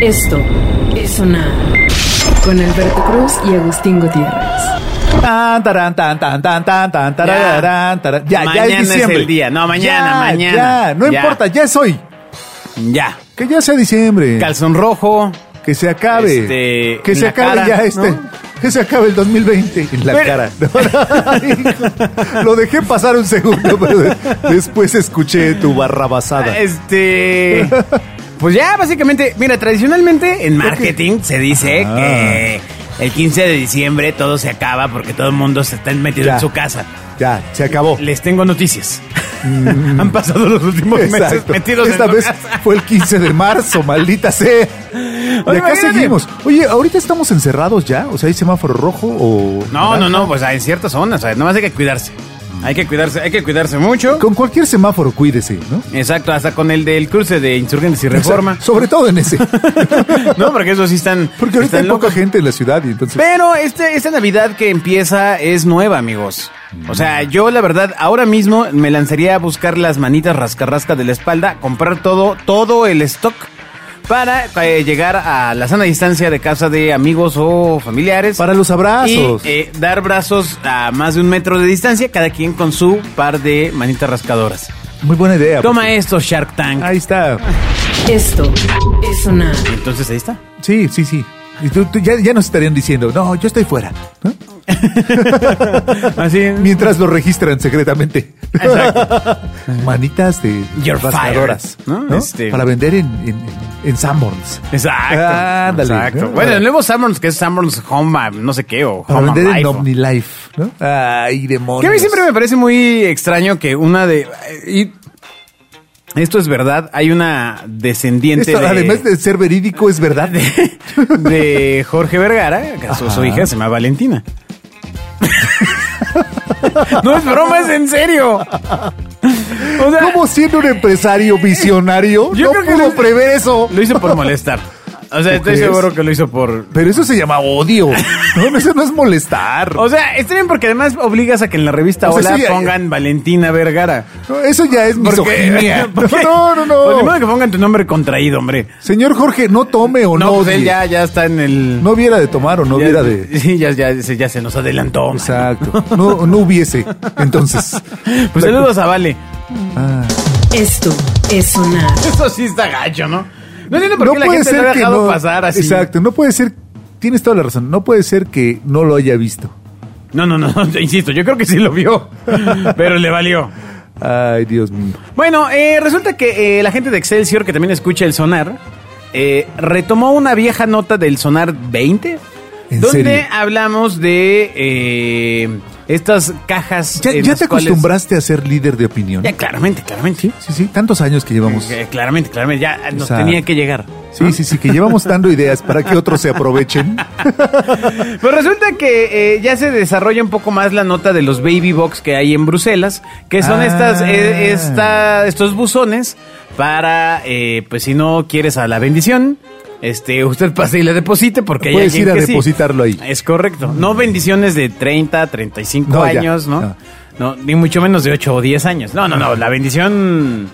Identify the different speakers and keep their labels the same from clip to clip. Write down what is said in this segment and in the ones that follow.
Speaker 1: Esto es sonar con Alberto Cruz y Agustín Gutiérrez.
Speaker 2: Tan, tarán, tan, tan, tan, tan, tan, tararán, tarán. Ya, ya,
Speaker 3: Mañana
Speaker 2: es
Speaker 3: es
Speaker 2: diciembre.
Speaker 3: el día. No, mañana,
Speaker 2: Ya,
Speaker 3: mañana.
Speaker 2: Ya, no
Speaker 3: Ya.
Speaker 2: importa, ya es hoy.
Speaker 3: Ya.
Speaker 2: Que ya sea diciembre.
Speaker 3: Calzón rojo.
Speaker 2: que se acabe.
Speaker 3: Este,
Speaker 2: que
Speaker 3: en
Speaker 2: se
Speaker 3: la
Speaker 2: acabe
Speaker 3: cara,
Speaker 2: ya este.
Speaker 3: ¿no?
Speaker 2: Que se acabe el 2020 en la
Speaker 3: Pero-
Speaker 2: cara. Hijo, Lo dejé pasar un segundo, pero de- después escuché tu barrabasada.
Speaker 3: Ah, Este. Pues ya, básicamente. Mira, tradicionalmente en marketing se dice
Speaker 2: Ah.
Speaker 3: que el 15 de diciembre todo se acaba porque todo el mundo se está metido
Speaker 2: Ya. Oh.
Speaker 3: en su casa.
Speaker 2: Ya, se acabó.
Speaker 3: Les tengo noticias. Han pasado los últimos meses
Speaker 2: Mm. Exacto.
Speaker 3: metidos
Speaker 2: Esta
Speaker 3: en su
Speaker 2: vez
Speaker 3: casa.
Speaker 2: fue el 15 de marzo, maldita sea. Y
Speaker 3: Oye,
Speaker 2: acá
Speaker 3: imagínate.
Speaker 2: seguimos. Oye, ahorita estamos encerrados ya. O sea, hay semáforo rojo o.
Speaker 3: No, no, no, pues en ciertas zonas, no nomás hay que cuidarse. Hay que cuidarse, hay que cuidarse mucho.
Speaker 2: Con cualquier semáforo, cuídese, ¿no?
Speaker 3: Exacto, hasta con el del cruce de insurgentes y reforma.
Speaker 2: Exacto. Sobre todo en ese.
Speaker 3: No, porque esos sí están.
Speaker 2: Porque ahorita
Speaker 3: están
Speaker 2: hay poca
Speaker 3: locos.
Speaker 2: gente en la ciudad y entonces.
Speaker 3: Pero este, esta Navidad que empieza es nueva, amigos. O sea, yo la verdad, ahora mismo me lanzaría a buscar las manitas rascarrascas de la espalda, comprar todo, todo el stock para eh, llegar a la sana distancia de casa de amigos o familiares.
Speaker 2: Para los abrazos.
Speaker 3: Y, eh, dar brazos a más de un metro de distancia, cada quien con su par de manitas rascadoras.
Speaker 2: Muy buena idea.
Speaker 3: Toma
Speaker 2: porque-
Speaker 3: esto, Shark Tank.
Speaker 2: Ahí está.
Speaker 1: Esto es sonar
Speaker 3: Entonces ahí está.
Speaker 2: Sí, sí, sí. Y tú- tú- ya, ya nos estarían diciendo, no, yo estoy fuera. ¿no?
Speaker 3: Así.
Speaker 2: Mientras lo registran secretamente.
Speaker 3: Exacto.
Speaker 2: Manitas de
Speaker 3: You're
Speaker 2: rascadoras.
Speaker 3: fired, ¿no? Este-
Speaker 2: Para vender en, en, en Sanborns.
Speaker 3: Exacto.
Speaker 2: Ándale.
Speaker 3: Exacto.
Speaker 2: ¿no?
Speaker 3: Bueno, el nuevo Sanborns, que es Sanborns Home, ah, no sé qué, o
Speaker 2: Para
Speaker 3: Home and
Speaker 2: vender en
Speaker 3: Life, o-
Speaker 2: OmniLife. ¿no? Ay, demonios.
Speaker 3: Que a mí siempre me parece muy extraño que una de... Y esto es verdad, hay una descendiente
Speaker 2: Esto,
Speaker 3: de...
Speaker 2: además de ser verídico, es verdad.
Speaker 3: de Jorge Vergara, que a su, su
Speaker 2: Ajá.
Speaker 3: hija se llama Valentina. no es broma, es en serio. O sea,
Speaker 2: ¿Cómo siendo un empresario visionario
Speaker 3: Yo
Speaker 2: no
Speaker 3: creo que
Speaker 2: pudo
Speaker 3: lo-
Speaker 2: prever eso?
Speaker 3: lo hizo por molestar. O
Speaker 2: ¿Tú
Speaker 3: sea, estoy
Speaker 2: crees?
Speaker 3: seguro que lo hizo por...
Speaker 2: Pero eso se llama odio. No, eso no es molestar.
Speaker 3: O sea, está bien porque además obligas a que en la revista
Speaker 2: O sea,
Speaker 3: Hola
Speaker 2: sí, ya-
Speaker 3: pongan Valentina Vergara.
Speaker 2: No, Eso ya es misoginia.
Speaker 3: porque-
Speaker 2: No, no,
Speaker 3: Pues ni
Speaker 2: no.
Speaker 3: modo que pongan tu nombre contraído, hombre.
Speaker 2: Señor Jorge, no tome o no,
Speaker 3: No, pues él
Speaker 2: odie.
Speaker 3: ya, ya está en el.
Speaker 2: No hubiera de tomar o no
Speaker 3: ya,
Speaker 2: hubiera de...
Speaker 3: Sí, ya, ya, se- ya se nos adelantó. man.
Speaker 2: Exacto. No, no hubiese. Entonces...
Speaker 3: Pues saludos a Vale.
Speaker 2: Ah.
Speaker 1: Esto es sonar
Speaker 3: Eso sí está gacho, ¿no? No entiendo por
Speaker 2: No
Speaker 3: qué la
Speaker 2: puede
Speaker 3: gente lo
Speaker 2: ser
Speaker 3: ha
Speaker 2: que
Speaker 3: dejado
Speaker 2: no...
Speaker 3: pasar así.
Speaker 2: Exacto. No puede ser... Tienes toda la razón. No puede ser que no lo haya visto.
Speaker 3: No, no, no, te insisto, yo creo que sí lo vio, pero le valió.
Speaker 2: Ay, Dios mío.
Speaker 3: Bueno, eh, resulta que eh, la gente de Excelsior, que también escucha el sonar, eh, retomó una vieja nota del sonar 20,
Speaker 2: ¿En
Speaker 3: donde
Speaker 2: serio?
Speaker 3: hablamos de eh, estas cajas.
Speaker 2: ¿Ya,
Speaker 3: en
Speaker 2: ya
Speaker 3: las
Speaker 2: te
Speaker 3: cuales-
Speaker 2: acostumbraste a ser líder de opinión?
Speaker 3: Ya, claramente, claramente.
Speaker 2: Sí, sí. Tantos años que llevamos...
Speaker 3: Eh, claramente, claramente, ya nos
Speaker 2: Exacto.
Speaker 3: tenía que llegar.
Speaker 2: Sí, sí, sí. Que llevamos dando ideas para que otros se aprovechen.
Speaker 3: Pues resulta que eh, ya se desarrolla un poco más la nota de los baby box que hay en Bruselas, que son
Speaker 2: Ah.
Speaker 3: estas, eh, esta- estos buzones para, eh, pues si no quieres a la bendición, este, usted pase y le deposite porque hay
Speaker 2: Puedes
Speaker 3: alguien
Speaker 2: ir a
Speaker 3: que sí.
Speaker 2: depositarlo ahí.
Speaker 3: Es correcto. No bendiciones de 30, 35
Speaker 2: No, ya, Ah.
Speaker 3: años, ¿no?
Speaker 2: no.
Speaker 3: ¿no? ni mucho menos de 8 o 10 años. No, no, no, la bendición...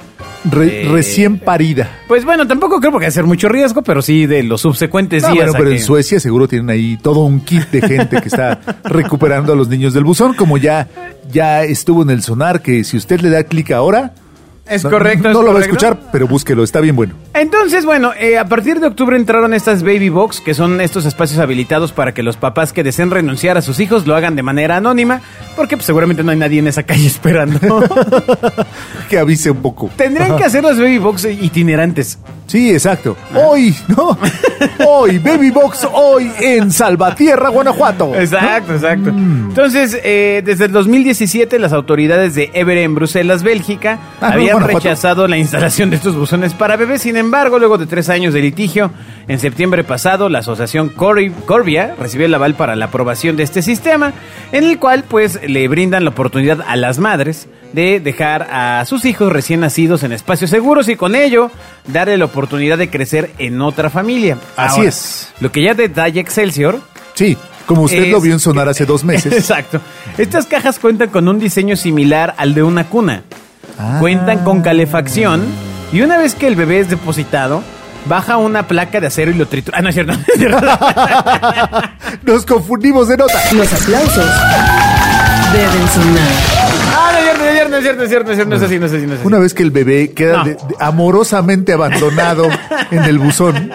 Speaker 2: Re-
Speaker 3: Eh,
Speaker 2: Recién parida.
Speaker 3: Pues bueno, tampoco creo que hacer mucho riesgo, pero sí de los subsecuentes
Speaker 2: No,
Speaker 3: días.
Speaker 2: bueno,
Speaker 3: a
Speaker 2: pero en
Speaker 3: que-
Speaker 2: Suecia seguro tienen ahí todo un kit de gente que está recuperando a los niños del buzón, como ya, ya estuvo en el sonar, que si usted le da clic ahora...
Speaker 3: Es
Speaker 2: no- No,
Speaker 3: correcto. es
Speaker 2: lo va a
Speaker 3: correcto.
Speaker 2: escuchar, pero búsquelo, está bien bueno.
Speaker 3: Entonces, bueno, eh, a partir de octubre entraron estas Baby Box, que son estos espacios habilitados para que los papás que deseen renunciar a sus hijos lo hagan de manera anónima, porque pues, seguramente no hay nadie en esa calle esperando.
Speaker 2: Que avise un poco.
Speaker 3: Tendrían que hacer las Baby Box itinerantes.
Speaker 2: Sí, exacto. Hoy, ¿no? Hoy, Baby Box, hoy en Salvatierra, Guanajuato.
Speaker 3: Exacto, exacto.
Speaker 2: Mm.
Speaker 3: Entonces, eh, desde el 2017, las autoridades de Évere en Bruselas, Bélgica,
Speaker 2: Ah, no,
Speaker 3: habían
Speaker 2: Guanajuato.
Speaker 3: rechazado la instalación de estos buzones para bebés. Sin embargo, luego de tres años de litigio, en septiembre pasado, la asociación Corri- Corvia recibió el aval para la aprobación de este sistema, en el cual, pues, le brindan la oportunidad a las madres de dejar a sus hijos recién nacidos en espacios seguros y con ello darle la oportunidad de crecer en otra familia.
Speaker 2: Así es.
Speaker 3: Lo que ya detalla Excelsior
Speaker 2: Sí, como usted
Speaker 3: Es-
Speaker 2: lo vio en sonar hace dos meses.
Speaker 3: Exacto. Estas cajas cuentan con un diseño similar al de una cuna.
Speaker 2: Ah.
Speaker 3: Cuentan con calefacción y una vez que el bebé es depositado, baja una placa de acero y lo tritura. Ah, no es cierto.
Speaker 2: Nos confundimos de nota.
Speaker 1: Los aplausos deben sonar.
Speaker 3: ah, no es cierto, no es cierto, no es cierto, no es cierto, no es cierto, no es así, no es así, no es así.
Speaker 2: Una vez que el bebé queda
Speaker 3: No.
Speaker 2: de- de- amorosamente abandonado en el buzón.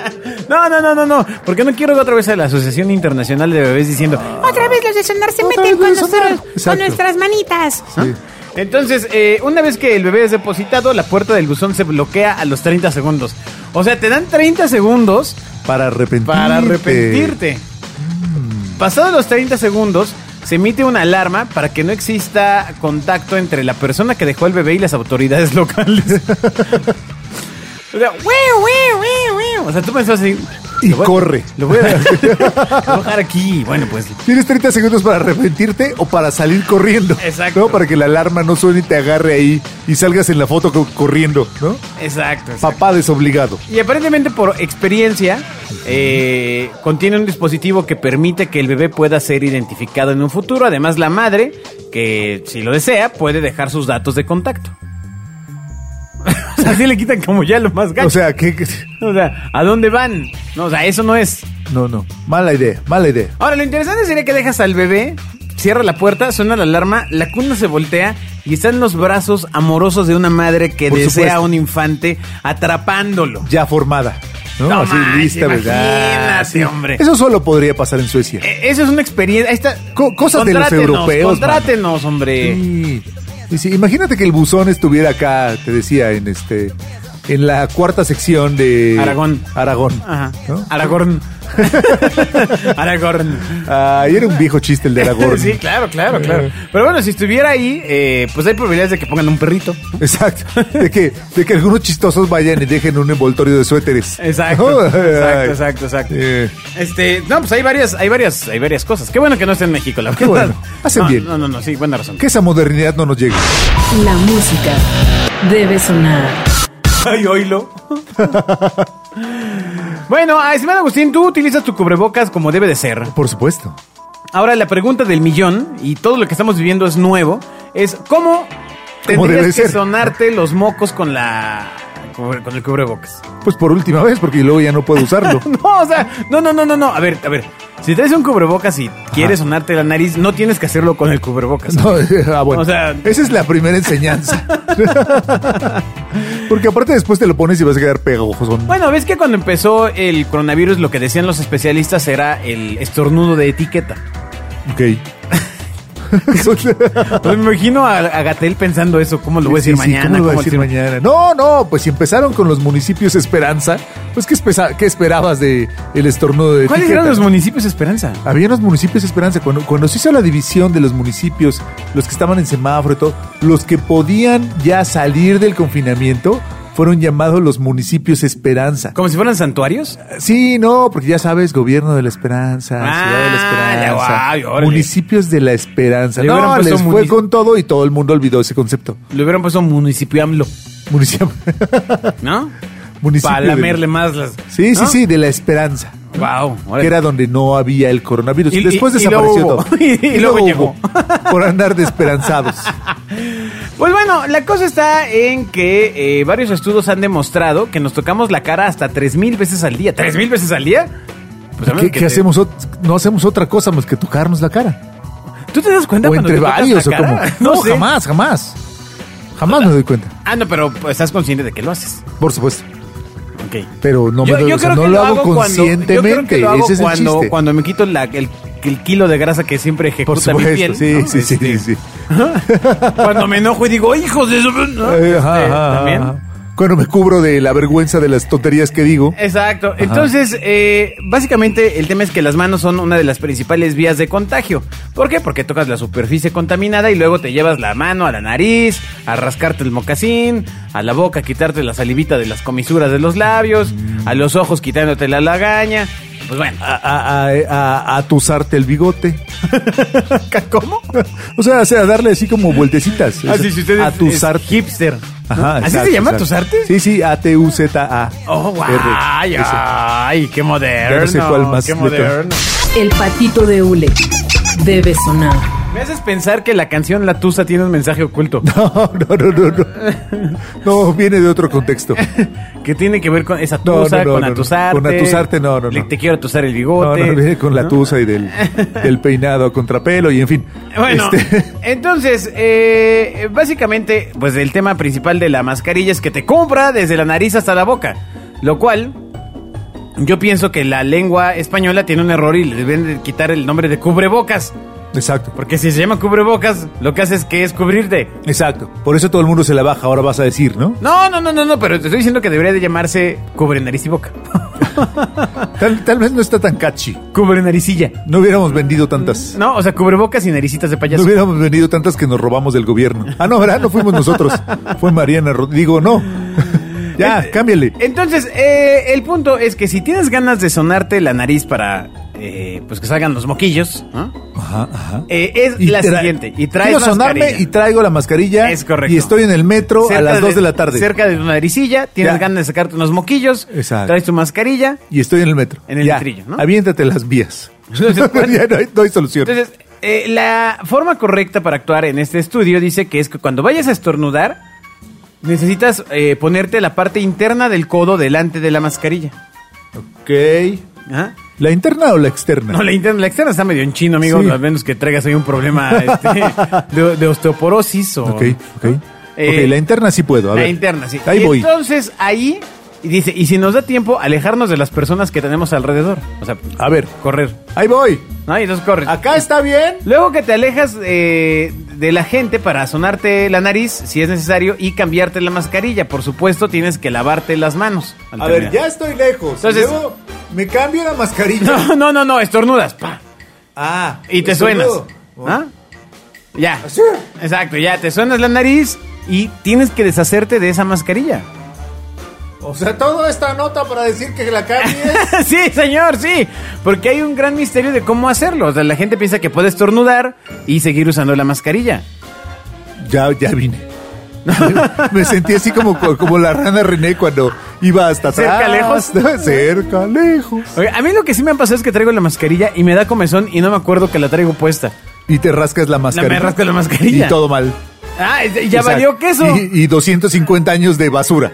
Speaker 3: No, no, no, no, no. Porque no quiero que otra vez a la Asociación Internacional de Bebés diciendo. "Ah".
Speaker 4: Otra vez los de sonar se
Speaker 2: Otra vez
Speaker 4: meten con,
Speaker 2: los de Sonar.
Speaker 4: nosotros, con
Speaker 2: Exacto.
Speaker 4: nuestras manitas.
Speaker 2: Sí.
Speaker 3: Entonces, eh, una vez que el bebé es depositado, la puerta del buzón se bloquea a los 30 segundos. O sea, te dan 30 segundos
Speaker 2: Para arrepentirte.
Speaker 3: para arrepentirte.
Speaker 2: Mm.
Speaker 3: Pasados los 30 segundos, se emite una alarma para que no exista contacto entre la persona que dejó el bebé y las autoridades locales. o sea, "Wiu, wiu, wiu, wiu". O sea, tú pensabas así.
Speaker 2: Y
Speaker 3: lo voy-
Speaker 2: corre.
Speaker 3: Lo voy a, lo voy a dejar aquí. Bueno, pues
Speaker 2: Tienes 30 segundos para arrepentirte o para salir corriendo.
Speaker 3: Exacto.
Speaker 2: ¿no? Para que la alarma no suene y te agarre ahí y salgas en la foto co- corriendo, ¿no?
Speaker 3: Exacto. exacto.
Speaker 2: Papá desobligado.
Speaker 3: Y aparentemente por experiencia eh, contiene un dispositivo que permite que el bebé pueda ser identificado en un futuro. Además la madre, que si lo desea, puede dejar sus datos de contacto. o sea, así le quitan como ya lo más gacho.
Speaker 2: O sea, que. que-
Speaker 3: O sea, ¿a dónde van? No, o sea, eso no es.
Speaker 2: No, no. Mala idea, mala idea.
Speaker 3: Ahora, lo interesante sería que dejas al bebé, cierra la puerta, suena la alarma, la cuna se voltea y están los brazos amorosos de una madre que
Speaker 2: Por
Speaker 3: desea
Speaker 2: supuesto.
Speaker 3: a un infante atrapándolo.
Speaker 2: Ya formada. No,
Speaker 3: No
Speaker 2: así
Speaker 3: manches,
Speaker 2: lista, ¿verdad?
Speaker 3: imagínate, hombre.
Speaker 2: Eso solo podría pasar en Suecia.
Speaker 3: Eh, Eso es una experiencia. Esta,
Speaker 2: Co- cosas de los
Speaker 3: Contrátenos,
Speaker 2: europeos, Mm.
Speaker 3: Contrátenos, hombre.
Speaker 2: Sí. Sí, sí. Imagínate que el buzón estuviera acá, te decía, en este. En la cuarta sección de.
Speaker 3: Aragón.
Speaker 2: Aragón.
Speaker 3: Ajá.
Speaker 2: ¿no?
Speaker 3: Aragorn. Aragorn.
Speaker 2: Ay, Ah, era un viejo chiste el de Aragón.
Speaker 3: Sí, claro, claro,
Speaker 2: Eh.
Speaker 3: claro. Pero bueno, si estuviera ahí, eh, pues hay probabilidades de que pongan un perrito.
Speaker 2: Exacto. De que, de que algunos chistosos vayan y dejen un envoltorio de suéteres.
Speaker 3: Exacto,
Speaker 2: ¿No?
Speaker 3: exacto,
Speaker 2: Ay.
Speaker 3: exacto, exacto.
Speaker 2: Eh,
Speaker 3: Este, no, pues hay varias, hay varias, hay varias cosas. Qué bueno que no esté en México, la verdad.
Speaker 2: bueno. Hacen
Speaker 3: No,
Speaker 2: bien.
Speaker 3: No, no, no, sí, buena razón.
Speaker 2: que esa modernidad no nos llegue.
Speaker 1: La música debe sonar.
Speaker 3: Ay, oílo. bueno, ah, estimado Agustín, tú utilizas tu cubrebocas como debe de ser.
Speaker 2: Por supuesto.
Speaker 3: Ahora la pregunta del millón, y todo lo que estamos viviendo es nuevo, es ¿cómo
Speaker 2: debe
Speaker 3: tendrías que
Speaker 2: ser?
Speaker 3: sonarte los mocos con la cubre- con el cubrebocas?
Speaker 2: Pues por última vez, porque luego ya no puedo usarlo.
Speaker 3: No, o sea, no, no, no, no, no. A ver, a ver. Si traes un cubrebocas y quieres sonarte la nariz, no tienes que hacerlo con el cubrebocas.
Speaker 2: No, ah, bueno.
Speaker 3: O sea-
Speaker 2: esa es la primera enseñanza. Porque aparte después te lo pones y vas a quedar pegajosón.
Speaker 3: Bueno, ves que cuando empezó el coronavirus lo que decían los especialistas era el estornudo de etiqueta.
Speaker 2: Ok.
Speaker 3: Pues me imagino a, a Gatel pensando eso, ¿cómo lo voy a decir
Speaker 2: Sí, sí,
Speaker 3: mañana?
Speaker 2: ¿cómo lo voy a
Speaker 3: ¿Cómo
Speaker 2: decir
Speaker 3: decir-
Speaker 2: mañana? No, no, pues si empezaron con los municipios Esperanza, pues ¿qué, espesa- qué esperabas de el estornudo de
Speaker 3: ¿Cuáles
Speaker 2: etiqueta?
Speaker 3: eran los municipios Esperanza?
Speaker 2: Había unos municipios Esperanza, cuando, cuando se hizo la división de los municipios, los que estaban en semáforo y todo, los que podían ya salir del confinamiento fueron llamados los municipios Esperanza.
Speaker 3: ¿Como si fueran santuarios?
Speaker 2: Sí, no, porque ya sabes, gobierno de la Esperanza,
Speaker 3: Ah,
Speaker 2: ciudad de la
Speaker 3: ya,
Speaker 2: Esperanza,
Speaker 3: guay, órale.
Speaker 2: municipios de la Esperanza.
Speaker 3: Le hubieran
Speaker 2: No,
Speaker 3: puesto
Speaker 2: les fue
Speaker 3: munici-
Speaker 2: con todo y todo el mundo olvidó ese concepto.
Speaker 3: Le hubieran puesto municipio AMLO,
Speaker 2: Municipio.
Speaker 3: ¿no?
Speaker 2: municipio
Speaker 3: Para
Speaker 2: de-
Speaker 3: lamerle más las...
Speaker 2: Sí, sí, sí, de la Esperanza.
Speaker 3: Wow.
Speaker 2: que era donde no había el coronavirus.
Speaker 3: Y-
Speaker 2: Después
Speaker 3: y- y luego
Speaker 2: desapareció
Speaker 3: hubo.
Speaker 2: todo.
Speaker 3: Y- y luego llegó.
Speaker 2: hubo, por andar desesperanzados.
Speaker 3: Pues bueno, la cosa está en que eh, varios estudios han demostrado que nos tocamos la cara hasta 3.000 veces al día. ¿3.000 veces al día? Pues a menos
Speaker 2: ¿Qué,
Speaker 3: que
Speaker 2: qué
Speaker 3: te-
Speaker 2: hacemos? ot- No hacemos otra cosa más que tocarnos la cara.
Speaker 3: ¿Tú te das cuenta
Speaker 2: O
Speaker 3: cuando
Speaker 2: entre
Speaker 3: te tocas
Speaker 2: varios, o
Speaker 3: la
Speaker 2: como.
Speaker 3: cara?
Speaker 2: No,
Speaker 3: sé.
Speaker 2: jamás, jamás. Jamás me doy cuenta.
Speaker 3: Ah, no, pero pues, estás consciente de que lo haces.
Speaker 2: Por supuesto.
Speaker 3: Ok.
Speaker 2: Pero no me doy o sea, no lo hago
Speaker 3: cuando- yo creo
Speaker 2: conscientemente.
Speaker 3: que lo hago
Speaker 2: Ese es el
Speaker 3: cuando,
Speaker 2: chiste.
Speaker 3: cuando me quito la- el, el kilo de grasa que siempre ejecuta
Speaker 2: Por
Speaker 3: mi
Speaker 2: supuesto,
Speaker 3: piel.
Speaker 2: sí,
Speaker 3: ¿no?
Speaker 2: sí, sí,
Speaker 3: Este,
Speaker 2: sí, sí.
Speaker 3: Cuando me enojo y digo, hijos de eso. ¿no?
Speaker 2: Eh, Ajá,
Speaker 3: Este,
Speaker 2: ajá,
Speaker 3: También.
Speaker 2: ajá. Cuando me cubro de la vergüenza de las tonterías que digo.
Speaker 3: Exacto. Entonces, eh, básicamente el tema es que las manos son una de las principales vías de contagio. ¿Por qué? Porque tocas la superficie contaminada y luego te llevas la mano a la nariz, a rascarte el mocasín, a la boca a quitarte la salivita de las comisuras de los labios, a los ojos quitándote la lagaña. Pues bueno.
Speaker 2: A, a, a- a- a atusarte el bigote.
Speaker 3: ¿Cómo?
Speaker 2: O sea, o sea, darle así como vueltecitas.
Speaker 3: Así si ustedes
Speaker 2: Atusar-
Speaker 3: es hipster.
Speaker 2: Ajá,
Speaker 3: ¿Así
Speaker 2: exacto,
Speaker 3: se llama
Speaker 2: exacto.
Speaker 3: atusarte?
Speaker 2: Sí, sí, A-T-U-Z-A.
Speaker 3: Oh, guay,
Speaker 2: R, ese.
Speaker 3: ay, qué moderno.
Speaker 2: Ya no sé cuál más
Speaker 3: qué
Speaker 2: le
Speaker 3: moderno.
Speaker 1: El patito de hule debe sonar.
Speaker 3: Me Me haces pensar que la canción La Tusa tiene un mensaje oculto.
Speaker 2: No, no, no, no, no. No, viene de otro contexto.
Speaker 3: Que tiene que ver con esa
Speaker 2: No,
Speaker 3: tusa,
Speaker 2: no, no,
Speaker 3: con
Speaker 2: no, no.
Speaker 3: atusarte.
Speaker 2: Con atusarte, no, no, no.
Speaker 3: Le- Te quiero atusar el
Speaker 2: No,
Speaker 3: bigote.
Speaker 2: no, viene con la
Speaker 3: ¿no?
Speaker 2: tusa y del, del peinado a contrapelo y en fin.
Speaker 3: Bueno,
Speaker 2: Este,
Speaker 3: entonces, eh, básicamente, pues el tema principal de la mascarilla es que te compra desde la nariz hasta la boca. Lo cual, yo pienso que la lengua española tiene un error y le deben de quitar el nombre de cubrebocas.
Speaker 2: exacto,
Speaker 3: Porque si se llama cubrebocas, lo que hace es que es cubrirte.
Speaker 2: exacto. Por eso todo el mundo se la baja, ahora vas a decir, ¿no?
Speaker 3: No, no, no, no, no, pero te estoy diciendo que debería de llamarse cubre nariz y boca.
Speaker 2: Tal, tal vez no está tan catchy.
Speaker 3: Cubre naricilla.
Speaker 2: No hubiéramos vendido tantas.
Speaker 3: No, o sea, cubrebocas y naricitas de
Speaker 2: No
Speaker 3: payaso.
Speaker 2: hubiéramos vendido tantas que nos robamos del gobierno. Ah, no, ¿verdad? No fuimos nosotros. Fue Mariana. Ro- Digo, no.
Speaker 3: Eh,
Speaker 2: Ya, cámbiale.
Speaker 3: Entonces, eh, el punto es que si tienes ganas de sonarte la nariz para eh, pues que salgan los moquillos, ¿no?
Speaker 2: Ajá, ajá.
Speaker 3: Eh, es
Speaker 2: Y
Speaker 3: la
Speaker 2: tra-
Speaker 3: siguiente. Y traes
Speaker 2: Quiero sonarme
Speaker 3: mascarilla.
Speaker 2: y traigo la mascarilla.
Speaker 3: Es correcto.
Speaker 2: Y estoy en el metro
Speaker 3: Cerca
Speaker 2: a las 2 de, la tarde.
Speaker 3: Cerca de tu naricilla, tienes
Speaker 2: Ya.
Speaker 3: ganas de sacarte unos moquillos,
Speaker 2: Exacto.
Speaker 3: traes tu mascarilla.
Speaker 2: Y estoy en el metro.
Speaker 3: En el
Speaker 2: Ya,
Speaker 3: metrillo, ¿no?
Speaker 2: Aviéntate las vías.
Speaker 3: Entonces, bueno.
Speaker 2: ya no hay, no hay solución.
Speaker 3: Entonces, eh, la forma correcta para actuar en este estudio dice que es que cuando vayas a estornudar, necesitas eh, ponerte la parte interna del codo delante de la mascarilla. ¿ah?
Speaker 2: ok.
Speaker 3: Ajá.
Speaker 2: ¿La interna o la externa?
Speaker 3: No, la interna, la externa está medio en chino, amigo,
Speaker 2: Sí.
Speaker 3: a menos que traigas ahí un problema este, de, de osteoporosis o...
Speaker 2: Ok, ok.
Speaker 3: Eh,
Speaker 2: ok, la interna sí puedo. A
Speaker 3: la
Speaker 2: ver.
Speaker 3: interna, sí.
Speaker 2: Ahí
Speaker 3: Y
Speaker 2: voy.
Speaker 3: Entonces, ahí y dice, y si nos da tiempo, alejarnos de las personas que tenemos alrededor. O sea,
Speaker 2: A ver.
Speaker 3: correr.
Speaker 2: Ahí voy.
Speaker 3: ¿No? Y entonces corres.
Speaker 2: Acá está bien.
Speaker 3: Luego que te alejas eh, de la gente para sonarte la nariz, si es necesario, y cambiarte la mascarilla. Por supuesto, tienes que lavarte las manos. al
Speaker 2: A ver,
Speaker 3: terminar.
Speaker 2: ya estoy lejos.
Speaker 3: Entonces-
Speaker 2: Luego me cambio la mascarilla.
Speaker 3: No, no, no, no, estornudas. pa.
Speaker 2: Ah.
Speaker 3: Y te
Speaker 2: eso
Speaker 3: suenas.
Speaker 2: luego.
Speaker 3: ¿Ah? Ya.
Speaker 2: Así.
Speaker 3: Exacto, ya te suenas la nariz y tienes que deshacerte de esa mascarilla.
Speaker 2: O sea, toda esta nota para decir que la cambies.
Speaker 3: sí, señor, sí. Porque hay un gran misterio de cómo hacerlo. O sea, la gente piensa que puede estornudar y seguir usando la mascarilla.
Speaker 2: ya, ya vine. me sentí así como, como la rana René cuando iba hasta atrás.
Speaker 3: Cerca, lejos.
Speaker 2: Cerca, lejos.
Speaker 3: Oye, a mí lo que sí me ha pasado es que traigo la mascarilla y me da comezón y no me acuerdo que la traigo puesta.
Speaker 2: Y te rascas la mascarilla.
Speaker 3: me rasco la mascarilla.
Speaker 2: Y todo mal.
Speaker 3: Ah, es- ya
Speaker 2: O sea,
Speaker 3: valió queso.
Speaker 2: Y, y 250 años de basura.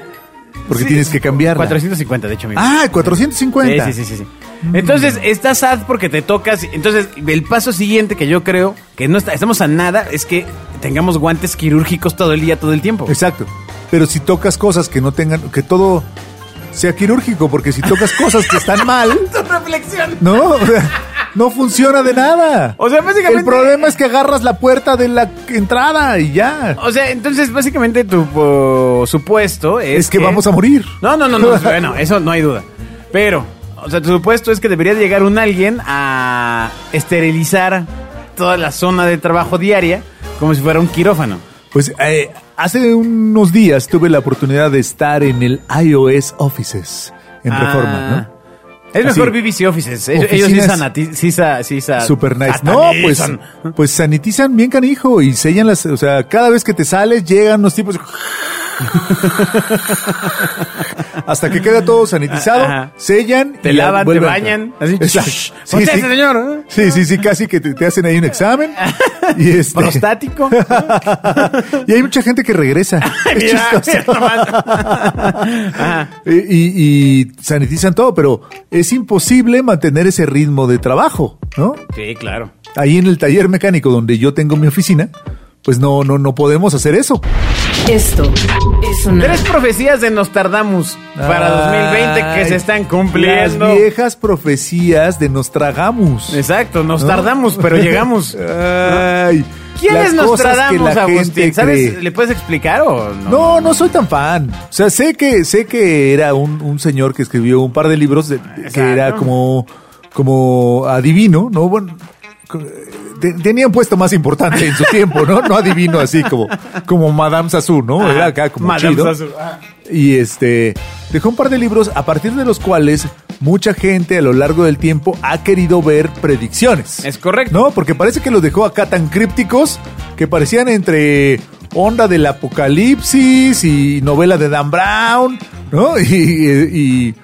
Speaker 2: Porque
Speaker 3: Sí,
Speaker 2: tienes que cambiarla.
Speaker 3: 450, de hecho, amigo.
Speaker 2: Ah, 450.
Speaker 3: Sí, sí, sí, sí, sí. Entonces, estás sad porque te tocas. Entonces, el paso siguiente que yo creo que no está- estamos a nada es que tengamos guantes quirúrgicos todo el día, todo el tiempo.
Speaker 2: Exacto. Pero si tocas cosas que no tengan, que todo sea quirúrgico, porque si tocas cosas que están mal,
Speaker 3: reflexión.
Speaker 2: no, o sea, no funciona de nada.
Speaker 3: O sea, básicamente-
Speaker 2: El problema es que agarras la puerta de la entrada y ya.
Speaker 3: O sea, entonces, básicamente, tu po- supuesto es.
Speaker 2: Es, que, vamos a morir.
Speaker 3: No, no, no, no. bueno, eso no hay duda. Pero, o sea, tu supuesto es que debería de llegar un alguien a esterilizar toda la zona de trabajo diaria como si fuera un quirófano.
Speaker 2: Pues eh, hace unos días tuve la oportunidad de estar en el iOS Offices en
Speaker 3: Ah.
Speaker 2: Reforma, ¿no?
Speaker 3: Es mejor
Speaker 2: Así.
Speaker 3: BBC Offices. Ellos, ellos sí,
Speaker 2: Oficinas
Speaker 3: sanati- sí sa- sí sa-
Speaker 2: Super nice. No, pues,
Speaker 3: Ah, satanizan.
Speaker 2: pues sanitizan bien canijo y sellan las, o sea, cada vez que te sales llegan unos tipos hasta que queda todo sanitizado,
Speaker 3: Ah, Ajá.
Speaker 2: sellan,
Speaker 3: Te
Speaker 2: y la
Speaker 3: lavan, te
Speaker 2: vuelven a entrar.
Speaker 3: bañan, así,
Speaker 2: Exacto.
Speaker 3: shh, conteste, señor.
Speaker 2: Sí, sí, sí, casi que te, te hacen ahí un examen y este-
Speaker 3: Prostático.
Speaker 2: y hay mucha gente que regresa. Es
Speaker 3: Mira,
Speaker 2: chistoso.
Speaker 3: mira nomás. Ajá.
Speaker 2: Y, y- y sanitizan todo, pero es imposible mantener ese ritmo de trabajo, ¿no?
Speaker 3: Sí, claro.
Speaker 2: ahí en el taller mecánico donde yo tengo mi oficina, pues no, no, no podemos hacer eso.
Speaker 1: Esto es sonar.
Speaker 3: Tres profecías de Nostradamus para 2020 que
Speaker 2: Ay,
Speaker 3: se están cumpliendo.
Speaker 2: Las viejas profecías de Nostradamus.
Speaker 3: Exacto, nos tardamos, pero llegamos.
Speaker 2: Ay,
Speaker 3: ¿Quién
Speaker 2: las
Speaker 3: es
Speaker 2: cosas
Speaker 3: Nostradamus,
Speaker 2: que la
Speaker 3: Agustín?
Speaker 2: gente
Speaker 3: ¿Sabes?
Speaker 2: cree.
Speaker 3: ¿Le puedes explicar o no?
Speaker 2: No, no soy tan fan. O sea, sé que, sé que era un, un señor que escribió un par de libros de- de- que era
Speaker 3: Exacto.
Speaker 2: como, como adivino, ¿no? Bueno, co- te- tenía un puesto más importante en su tiempo, ¿no? No adivino así como, como Madame Sassou, ¿no? Era acá como
Speaker 3: Madame
Speaker 2: chido.
Speaker 3: Sassou, ah.
Speaker 2: Y este, dejó un par de libros a partir de los cuales mucha gente a lo largo del tiempo ha querido ver predicciones.
Speaker 3: Es correcto.
Speaker 2: No, porque parece que los dejó acá tan crípticos que parecían entre onda del apocalipsis y novela de Dan Brown, ¿no? Y, y-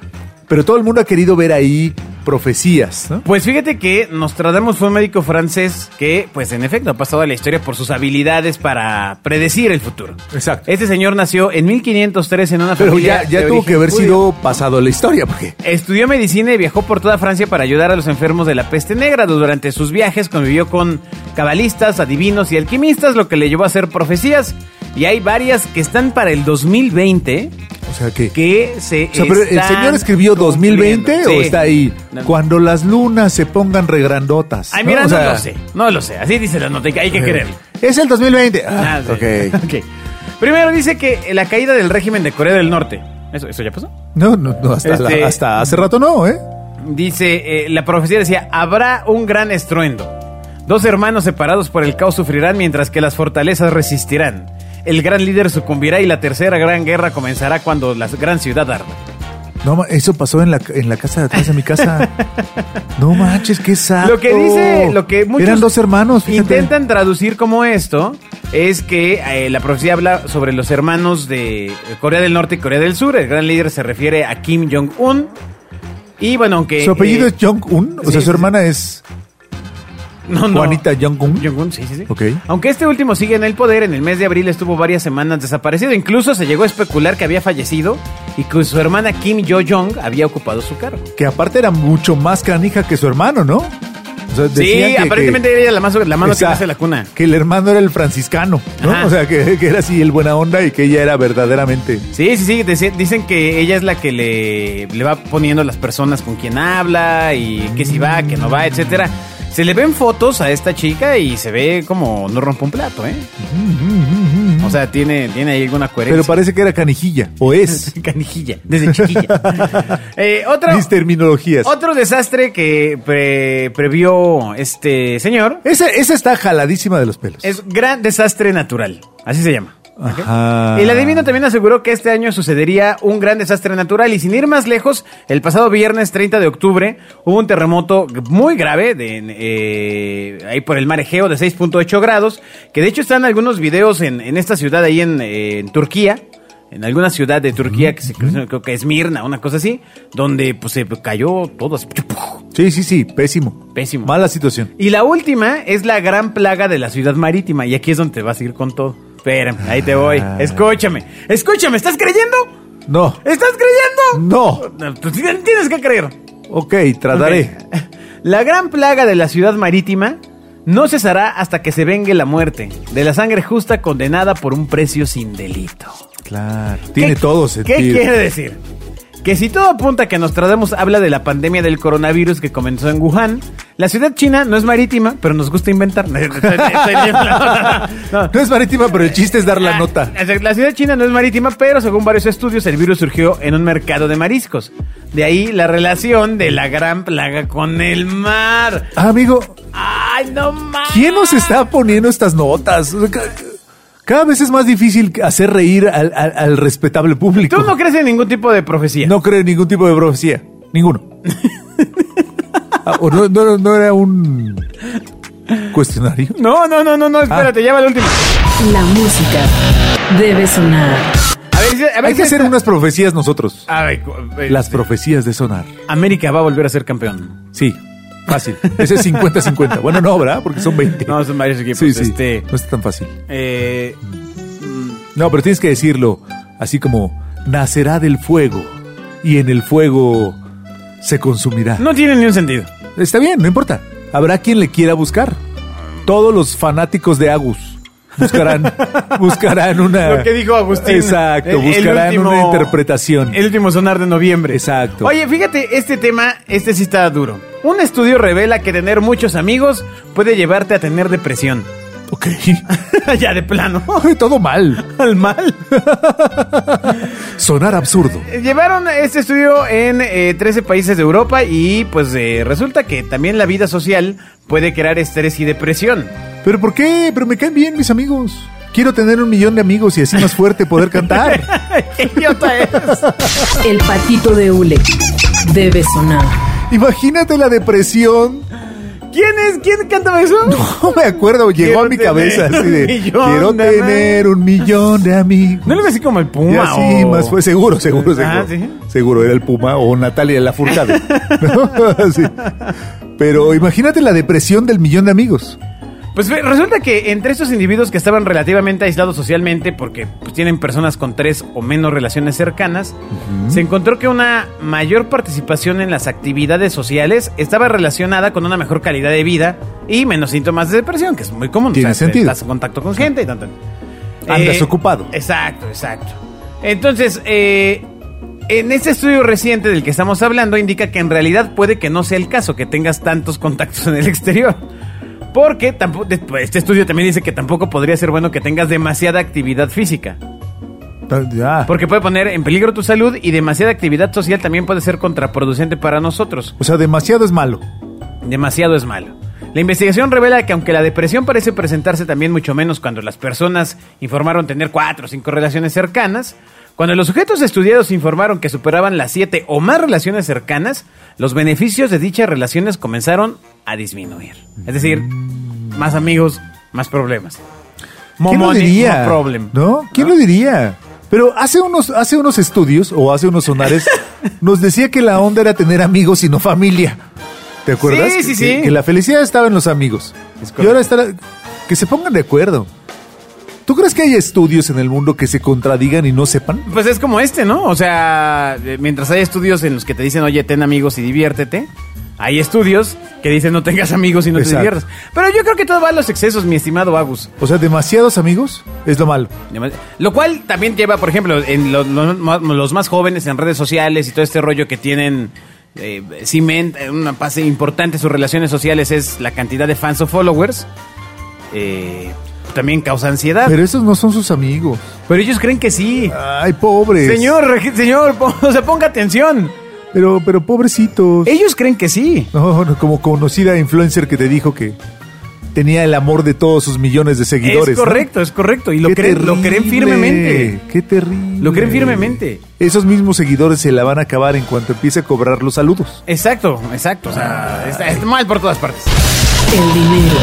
Speaker 2: pero todo el mundo ha querido ver ahí profecías, ¿no?
Speaker 3: Pues fíjate que Nostradamus fue un médico francés que, pues en efecto, ha pasado a la historia por sus habilidades para predecir el futuro.
Speaker 2: Exacto.
Speaker 3: Este señor nació en 1503 en una
Speaker 2: Pero
Speaker 3: familia
Speaker 2: ya, ya
Speaker 3: de
Speaker 2: tuvo
Speaker 3: origen
Speaker 2: que haber
Speaker 3: judío.
Speaker 2: sido pasado la historia, porque
Speaker 3: Estudió medicina y viajó por toda Francia para ayudar a los enfermos de la peste negra. Durante sus viajes convivió con cabalistas, adivinos y alquimistas, lo que le llevó a hacer profecías. Y hay varias que están para el 2020
Speaker 2: o sea que...
Speaker 3: que se.
Speaker 2: o sea, pero el
Speaker 3: están
Speaker 2: señor escribió 2020 o
Speaker 3: cumpliendo. Sí.
Speaker 2: está ahí.
Speaker 3: No.
Speaker 2: Cuando las lunas se pongan regrandotas.
Speaker 3: Ay,
Speaker 2: ¿no?
Speaker 3: mira, no,
Speaker 2: O sea, eh,
Speaker 3: lo sé, no lo sé. Así dice la nota, hay que creerlo.
Speaker 2: Es el 2020. Ah,
Speaker 3: Ah, sí.
Speaker 2: ok.
Speaker 3: Ok. Primero dice que la caída del régimen de Corea del Norte. ¿Eso, eso ya pasó?
Speaker 2: No, no, no, hasta, la-
Speaker 3: Este-
Speaker 2: hasta hace rato no, ¿eh?
Speaker 3: Dice, eh, la profecía decía, habrá un gran estruendo. Dos hermanos separados por el caos sufrirán mientras que las fortalezas resistirán. El gran líder sucumbirá y la tercera gran guerra comenzará cuando la gran ciudad arda.
Speaker 2: No, ma- eso pasó en la, en la casa de atrás de mi casa. No manches, qué saco.
Speaker 3: Lo que dice, lo que muchos
Speaker 2: Eran dos hermanos, fíjate.
Speaker 3: intentan traducir como esto es que eh, la profecía habla sobre los hermanos de Corea del Norte y Corea del Sur. El gran líder se refiere a Kim Jong-un. Y bueno, aunque...
Speaker 2: Su apellido
Speaker 3: eh,
Speaker 2: es Jong-un, o
Speaker 3: sí,
Speaker 2: sea,
Speaker 3: sí,
Speaker 2: su hermana es
Speaker 3: No, no.
Speaker 2: Juanita Jong-un.
Speaker 3: Jong-un, sí, sí, sí.
Speaker 2: Ok.
Speaker 3: Aunque este último sigue en el poder, en el mes de abril estuvo varias semanas desaparecido. Incluso se llegó a especular que había fallecido y que su hermana Kim Jo-jong había ocupado su cargo.
Speaker 2: que aparte era mucho más canija que su hermano, ¿no? O sea, decían
Speaker 3: Sí,
Speaker 2: que-
Speaker 3: aparentemente
Speaker 2: que-
Speaker 3: ella era la, más, la mano que
Speaker 2: Exacto.
Speaker 3: hace la cuna.
Speaker 2: Que el hermano era el franciscano, ¿no?
Speaker 3: Ajá.
Speaker 2: O sea, que, que era así el buena onda y que ella era verdaderamente.
Speaker 3: Sí, sí, sí. dice- Dicen que ella es la que le, le va poniendo las personas con quien habla y que si va, que no va, etcétera. Se le ven fotos a esta chica y se ve como no rompe un plato, ¿eh? O sea, tiene, tiene ahí alguna coherencia.
Speaker 2: Pero parece que era canijilla, o es.
Speaker 3: Canijilla, desde chiquilla. Eh, otro,
Speaker 2: Mis terminologías.
Speaker 3: otro desastre que pre- previó este señor
Speaker 2: Esa, esa está jaladísima de los pelos.
Speaker 3: es gran desastre natural. Así se llama.
Speaker 2: Ajá.
Speaker 3: El adivino también aseguró que este año sucedería un gran desastre natural y sin ir más lejos, el pasado viernes 30 de octubre hubo un terremoto muy grave de, en, eh, ahí por el mar Egeo de 6.8 grados, que de hecho están algunos videos en, en esta ciudad ahí en, eh, en Turquía. En alguna ciudad de Turquía, que se, creo que es Mirna, una cosa así, donde pues, se cayó todo así.
Speaker 2: Sí, sí, sí, pésimo.
Speaker 3: Pésimo.
Speaker 2: Mala situación.
Speaker 3: Y la última es la gran plaga de la ciudad marítima. Y aquí es donde te vas a ir con todo. Espérame, ahí te voy.
Speaker 2: Ah.
Speaker 3: Escúchame. Escúchame, ¿estás creyendo?
Speaker 2: No.
Speaker 3: ¿Estás creyendo?
Speaker 2: No.
Speaker 3: Tú tienes que creer.
Speaker 2: Ok, trataré.
Speaker 3: Ok. La gran plaga de la ciudad marítima no cesará hasta que se vengue la muerte de la sangre justa condenada por un precio sin delito.
Speaker 2: Claro. Tiene
Speaker 3: ¿Qué-
Speaker 2: todo
Speaker 3: ¿Qué
Speaker 2: sentido.
Speaker 3: quiere decir? Que si todo apunta a que Nostradamus habla de la pandemia del coronavirus que comenzó en Wuhan, la ciudad china no es marítima, pero nos gusta inventar. No,
Speaker 2: No es marítima, pero el chiste es dar la nota.
Speaker 3: La ciudad china no Ah, es marítima, pero según varios estudios, el virus surgió en un mercado de mariscos. De ahí la relación de la gran plaga con el mar.
Speaker 2: Ah, amigo,
Speaker 3: ¡Ay, no mames!
Speaker 2: ¿quién nos está poniendo estas notas? O sea, ca- Cada vez es más difícil hacer reír al, al- al respetable público.
Speaker 3: Tú no crees en ningún tipo de profecía.
Speaker 2: No creo en ningún tipo de profecía. Ninguno. Ah, ¿o no, no- no era un cuestionario?
Speaker 3: No, no, no, no,
Speaker 2: Ah.
Speaker 3: no, espérate, ya va el último.
Speaker 1: La música debe sonar.
Speaker 3: A ver, dice- a ver
Speaker 2: Hay
Speaker 3: si
Speaker 2: que hacer
Speaker 3: esta-
Speaker 2: unas profecías nosotros.
Speaker 3: A ver, cu- eh,
Speaker 2: Las profecías de sonar.
Speaker 3: América va a volver a ser campeón.
Speaker 2: Sí, fácil. Ese es 50-50. Bueno, no, ¿verdad? Porque son 20.
Speaker 3: No, son varios equipos.
Speaker 2: Sí, sí.
Speaker 3: Este,
Speaker 2: No es tan fácil.
Speaker 3: eh,
Speaker 2: No, pero tienes que decirlo así como nacerá del fuego y en el fuego se consumirá.
Speaker 3: no tiene ni un sentido.
Speaker 2: Está bien, no importa. Habrá quien le quiera buscar. Todos los fanáticos de Agus buscarán, buscarán una.
Speaker 3: Lo que dijo
Speaker 2: Ah,
Speaker 3: Agustín. eh,
Speaker 2: Exacto,
Speaker 3: El- el
Speaker 2: buscarán
Speaker 3: último-
Speaker 2: una interpretación.
Speaker 3: El último sonar de noviembre.
Speaker 2: Exacto.
Speaker 3: Oye, fíjate, este tema, este sí está duro. Un estudio revela que tener muchos amigos puede llevarte a tener depresión.
Speaker 2: Ok.
Speaker 3: ya de plano.
Speaker 2: Todo mal.
Speaker 3: Al mal.
Speaker 2: Sonar absurdo.
Speaker 3: Llevaron este estudio en eh, 13 países de Europa y pues eh, resulta que también la vida social puede crear estrés y depresión.
Speaker 2: ¿Pero por qué? Pero me caen bien mis amigos. Quiero tener un millón de amigos y así más fuerte poder cantar.
Speaker 3: ¡Qué idiota eres!
Speaker 1: El patito de hule debe sonar.
Speaker 2: Imagínate la depresión
Speaker 3: ¿Quién es? ¿Quién cantaba eso?
Speaker 2: No me acuerdo, llegó a mi
Speaker 3: Quiero tener
Speaker 2: cabeza así
Speaker 3: un
Speaker 2: de
Speaker 3: millón
Speaker 2: quiero
Speaker 3: de
Speaker 2: tener un millón de amigos.
Speaker 3: No le ves así como el Puma.
Speaker 2: Y así
Speaker 3: o-
Speaker 2: más fue seguro, seguro, seguro.
Speaker 3: Ah, ¿sí?
Speaker 2: Seguro era el Puma o Natalia la Furcade. Pero imagínate la depresión del millón de amigos.
Speaker 3: Pues ve, resulta que entre estos individuos que estaban relativamente aislados socialmente, porque pues, tienen personas con tres o menos relaciones cercanas, se encontró que una mayor participación en las actividades sociales estaba relacionada con una mejor calidad de vida y menos síntomas de depresión, que es muy común.
Speaker 2: Tiene sentido.
Speaker 3: Estás en contacto con gente y tanto.
Speaker 2: Andas ocupado.
Speaker 3: Eh, Exacto, exacto. Entonces, eh, en este estudio reciente del que estamos hablando indica que en realidad puede que no sea el caso que tengas tantos contactos en el exterior. Porque tampoco, este estudio también dice que tampoco podría ser bueno que tengas demasiada actividad física.
Speaker 2: Ah,
Speaker 3: Porque puede poner en peligro tu salud y demasiada actividad social también puede ser contraproducente para nosotros.
Speaker 2: o sea, demasiado es malo.
Speaker 3: Demasiado es malo. La investigación revela que aunque la depresión parece presentarse también mucho menos cuando las personas informaron tener cuatro o cinco relaciones cercanas, cuando los sujetos estudiados informaron que superaban las siete o más relaciones cercanas, los beneficios de dichas relaciones comenzaron a disminuir. Es decir, más amigos, más problemas.
Speaker 2: ¿Quién lo
Speaker 3: Momone,
Speaker 2: diría?
Speaker 3: no problem.
Speaker 2: ¿No? ¿Quién lo diría? Pero hace unos, hace unos estudios o hace unos sonares nos decía que la onda era tener amigos y no familia. ¿Te acuerdas?
Speaker 3: Sí, sí,
Speaker 2: Que-
Speaker 3: sí.
Speaker 2: Que, la felicidad estaba en los amigos. Y
Speaker 3: correcto.
Speaker 2: ahora está la- que se pongan de acuerdo. ¿Tú crees que hay estudios en el mundo que se contradigan y no sepan?
Speaker 3: Pues es como este, ¿no? O sea, eh, mientras hay estudios en los que te dicen, oye, ten amigos y diviértete, hay estudios que dicen, no tengas amigos y no
Speaker 2: Exacto.
Speaker 3: te diviertas. Pero yo creo que todo va a los excesos, mi estimado Agus.
Speaker 2: O sea, demasiados amigos es lo malo.
Speaker 3: Lo cual también lleva, por ejemplo, en lo- lo- ma- los más jóvenes en redes sociales y todo este rollo que tienen. Eh, ciment- eh, una base importante en sus relaciones sociales es la cantidad de fans o followers. eh, también causa ansiedad. Pero,
Speaker 2: Pero esos no son sus amigos.
Speaker 3: ellos creen que sí.
Speaker 2: Ay, pobres.
Speaker 3: Señor, reg- señor, po- o sea, ponga atención.
Speaker 2: Pero, pero pobrecitos.
Speaker 3: Ellos creen que sí.
Speaker 2: No, no, como conocida influencer que te dijo que tenía el amor de todos sus millones de seguidores.
Speaker 3: es
Speaker 2: ¿no?
Speaker 3: correcto, es correcto. Y lo
Speaker 2: Qué
Speaker 3: creen, lo
Speaker 2: terrible,
Speaker 3: creen firmemente.
Speaker 2: Qué terrible.
Speaker 3: Lo creen firmemente.
Speaker 2: Esos mismos seguidores se la van a acabar en cuanto empiece a cobrar los saludos.
Speaker 3: Exacto, exacto. O sea, está, está mal por todas partes.
Speaker 1: El dinero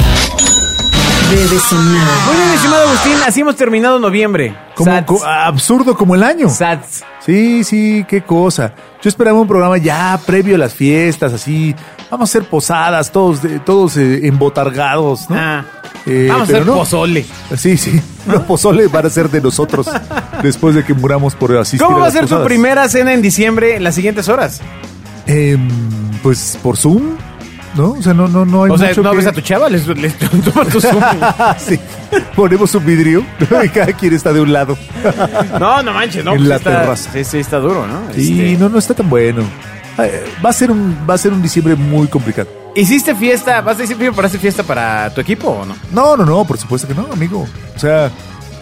Speaker 1: debe sonar.
Speaker 3: Muy bien, estimado Agustín, así hemos terminado noviembre.
Speaker 2: Como,
Speaker 3: Sats.
Speaker 2: co- absurdo como el año.
Speaker 3: Sats.
Speaker 2: Sí, sí, qué cosa. Yo esperaba un programa ya previo a las fiestas, así. Vamos a hacer posadas, todos, de- todos eh, embotargados, ¿no?
Speaker 3: Ah.
Speaker 2: Eh,
Speaker 3: Vamos a
Speaker 2: pero
Speaker 3: hacer
Speaker 2: no.
Speaker 3: pozole.
Speaker 2: Sí, sí. Los pozole van a ser de nosotros después de que muramos por asistir.
Speaker 3: ¿Cómo va a
Speaker 2: las
Speaker 3: ser tu
Speaker 2: posadas.
Speaker 3: primera cena en diciembre en las siguientes horas?
Speaker 2: Em, pues por Zoom, ¿no? O sea, no, no, no hay
Speaker 3: O sea,
Speaker 2: mucho
Speaker 3: ¿no
Speaker 2: que- Ah,
Speaker 3: ves a tu chava? Les, les tomas tu Zoom.
Speaker 2: sí. Ponemos un vidrio y cada quien está de un lado.
Speaker 3: No, no manches, no.
Speaker 2: En
Speaker 3: pues
Speaker 2: la
Speaker 3: está-
Speaker 2: terraza.
Speaker 3: Sí, sí, está duro, ¿no?
Speaker 2: Y
Speaker 3: Este,
Speaker 2: no, no está tan bueno. Eh, Va a ser un, va a ser un diciembre muy complicado.
Speaker 3: ¿Hiciste fiesta? ¿Vas a decir preparaste fiesta para tu equipo o no?
Speaker 2: No, no, no, por supuesto que no, amigo. O sea,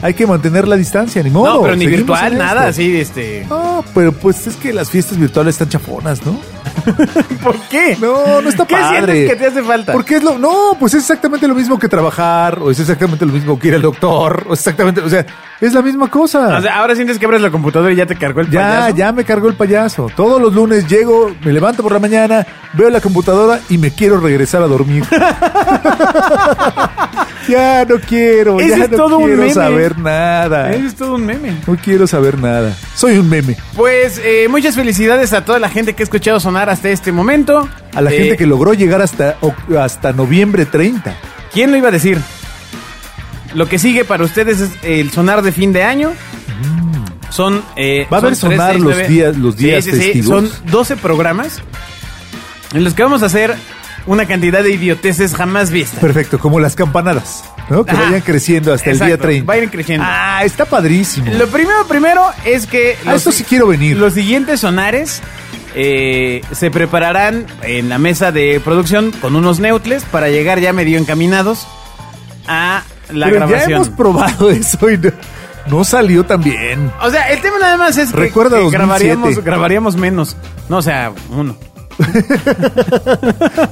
Speaker 2: hay que mantener la distancia, ni modo.
Speaker 3: no, pero ni
Speaker 2: seguimos en
Speaker 3: virtual,
Speaker 2: esto.
Speaker 3: nada, así, este.
Speaker 2: No, pero pues es que las fiestas virtuales están chafonas, ¿no?
Speaker 3: ¿Por qué?
Speaker 2: No, no está
Speaker 3: ¿Qué
Speaker 2: padre.
Speaker 3: sientes que te hace falta?
Speaker 2: Porque es lo. No, pues es exactamente lo mismo que trabajar, o es exactamente lo mismo que ir al doctor, o es exactamente. O sea, es la misma cosa.
Speaker 3: O sea, ahora sientes que abres la computadora y ya te cargó el
Speaker 2: ya,
Speaker 3: payaso.
Speaker 2: ya me cargó el payaso. Todos los lunes llego, me levanto por la mañana, veo la computadora y me quiero regresar a dormir. ya no quiero,
Speaker 3: Ese
Speaker 2: ya
Speaker 3: es
Speaker 2: no
Speaker 3: todo un
Speaker 2: quiero
Speaker 3: meme.
Speaker 2: saber nada.
Speaker 3: Eso es todo un meme.
Speaker 2: No quiero saber nada. Soy un meme.
Speaker 3: Pues eh, muchas felicidades a toda la gente que ha escuchado sonar hasta este momento.
Speaker 2: A la
Speaker 3: Eh,
Speaker 2: gente que logró llegar hasta, oc- hasta noviembre 30.
Speaker 3: ¿Quién lo iba a decir? Lo que sigue para ustedes es el sonar de fin de año. Son. eh,
Speaker 2: ¿Va a haber
Speaker 3: son
Speaker 2: sonar los días- los días festivos?
Speaker 3: Son 12 programas en los que vamos a hacer una cantidad de idioteces jamás vistas.
Speaker 2: Perfecto, como las campanadas, ¿no? Que
Speaker 3: Ajá.
Speaker 2: vayan creciendo hasta el día
Speaker 3: Exacto,
Speaker 2: 30.
Speaker 3: vayan creciendo.
Speaker 2: Ah, está padrísimo.
Speaker 3: Lo primero, primero es que.
Speaker 2: A Ah, esto sí quiero venir.
Speaker 3: Los siguientes sonares eh, se prepararán en la mesa de producción con unos neutles para llegar ya medio encaminados a la
Speaker 2: Pero
Speaker 3: grabación.
Speaker 2: ya hemos probado eso y no, no salió tan bien.
Speaker 3: O sea, el tema nada más es que,
Speaker 2: Recuerda
Speaker 3: que
Speaker 2: 2007.
Speaker 3: grabaríamos, grabaríamos menos. No, o sea, uno.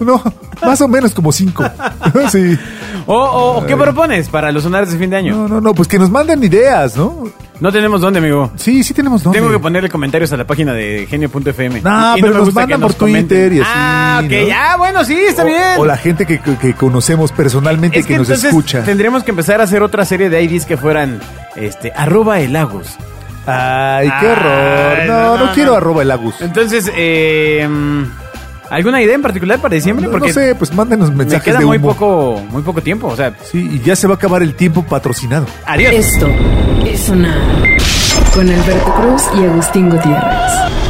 Speaker 2: No, más o menos como cinco. sí.
Speaker 3: O, o- o ¿qué propones para los sonares de fin de año?
Speaker 2: No, no, no, pues que nos manden ideas, ¿no?
Speaker 3: No tenemos dónde, amigo.
Speaker 2: Sí, sí tenemos dónde.
Speaker 3: Tengo que ponerle comentarios a la página de genio.fm.
Speaker 2: No, Ah, pero
Speaker 3: me
Speaker 2: nos
Speaker 3: gusta que
Speaker 2: mandan
Speaker 3: nos
Speaker 2: por Twitter y
Speaker 3: comenten.
Speaker 2: así,
Speaker 3: Ah, ok,
Speaker 2: ¿no?
Speaker 3: ah, bueno, sí, está
Speaker 2: O-
Speaker 3: bien.
Speaker 2: O, la gente que, que- que conocemos personalmente
Speaker 3: es
Speaker 2: que,
Speaker 3: que,
Speaker 2: nos
Speaker 3: entonces
Speaker 2: escucha.
Speaker 3: tendríamos que empezar a hacer otra serie de IDs que fueran este arroba el Agus.
Speaker 2: Ay, qué
Speaker 3: Ay,
Speaker 2: horror. Ah, No,
Speaker 3: no,
Speaker 2: no,
Speaker 3: no.
Speaker 2: quiero arroba el agus.
Speaker 3: Entonces, eh, ¿alguna idea en particular para diciembre?
Speaker 2: No,
Speaker 3: Porque
Speaker 2: no sé, pues mándenos
Speaker 3: me
Speaker 2: mensajes
Speaker 3: queda
Speaker 2: de
Speaker 3: muy
Speaker 2: humo.
Speaker 3: poco, muy poco tiempo. O sea,
Speaker 2: Sí, y ya se va a acabar el tiempo patrocinado.
Speaker 3: adiós.
Speaker 1: Esto es sonar con Alberto Cruz y Agustín Gutiérrez.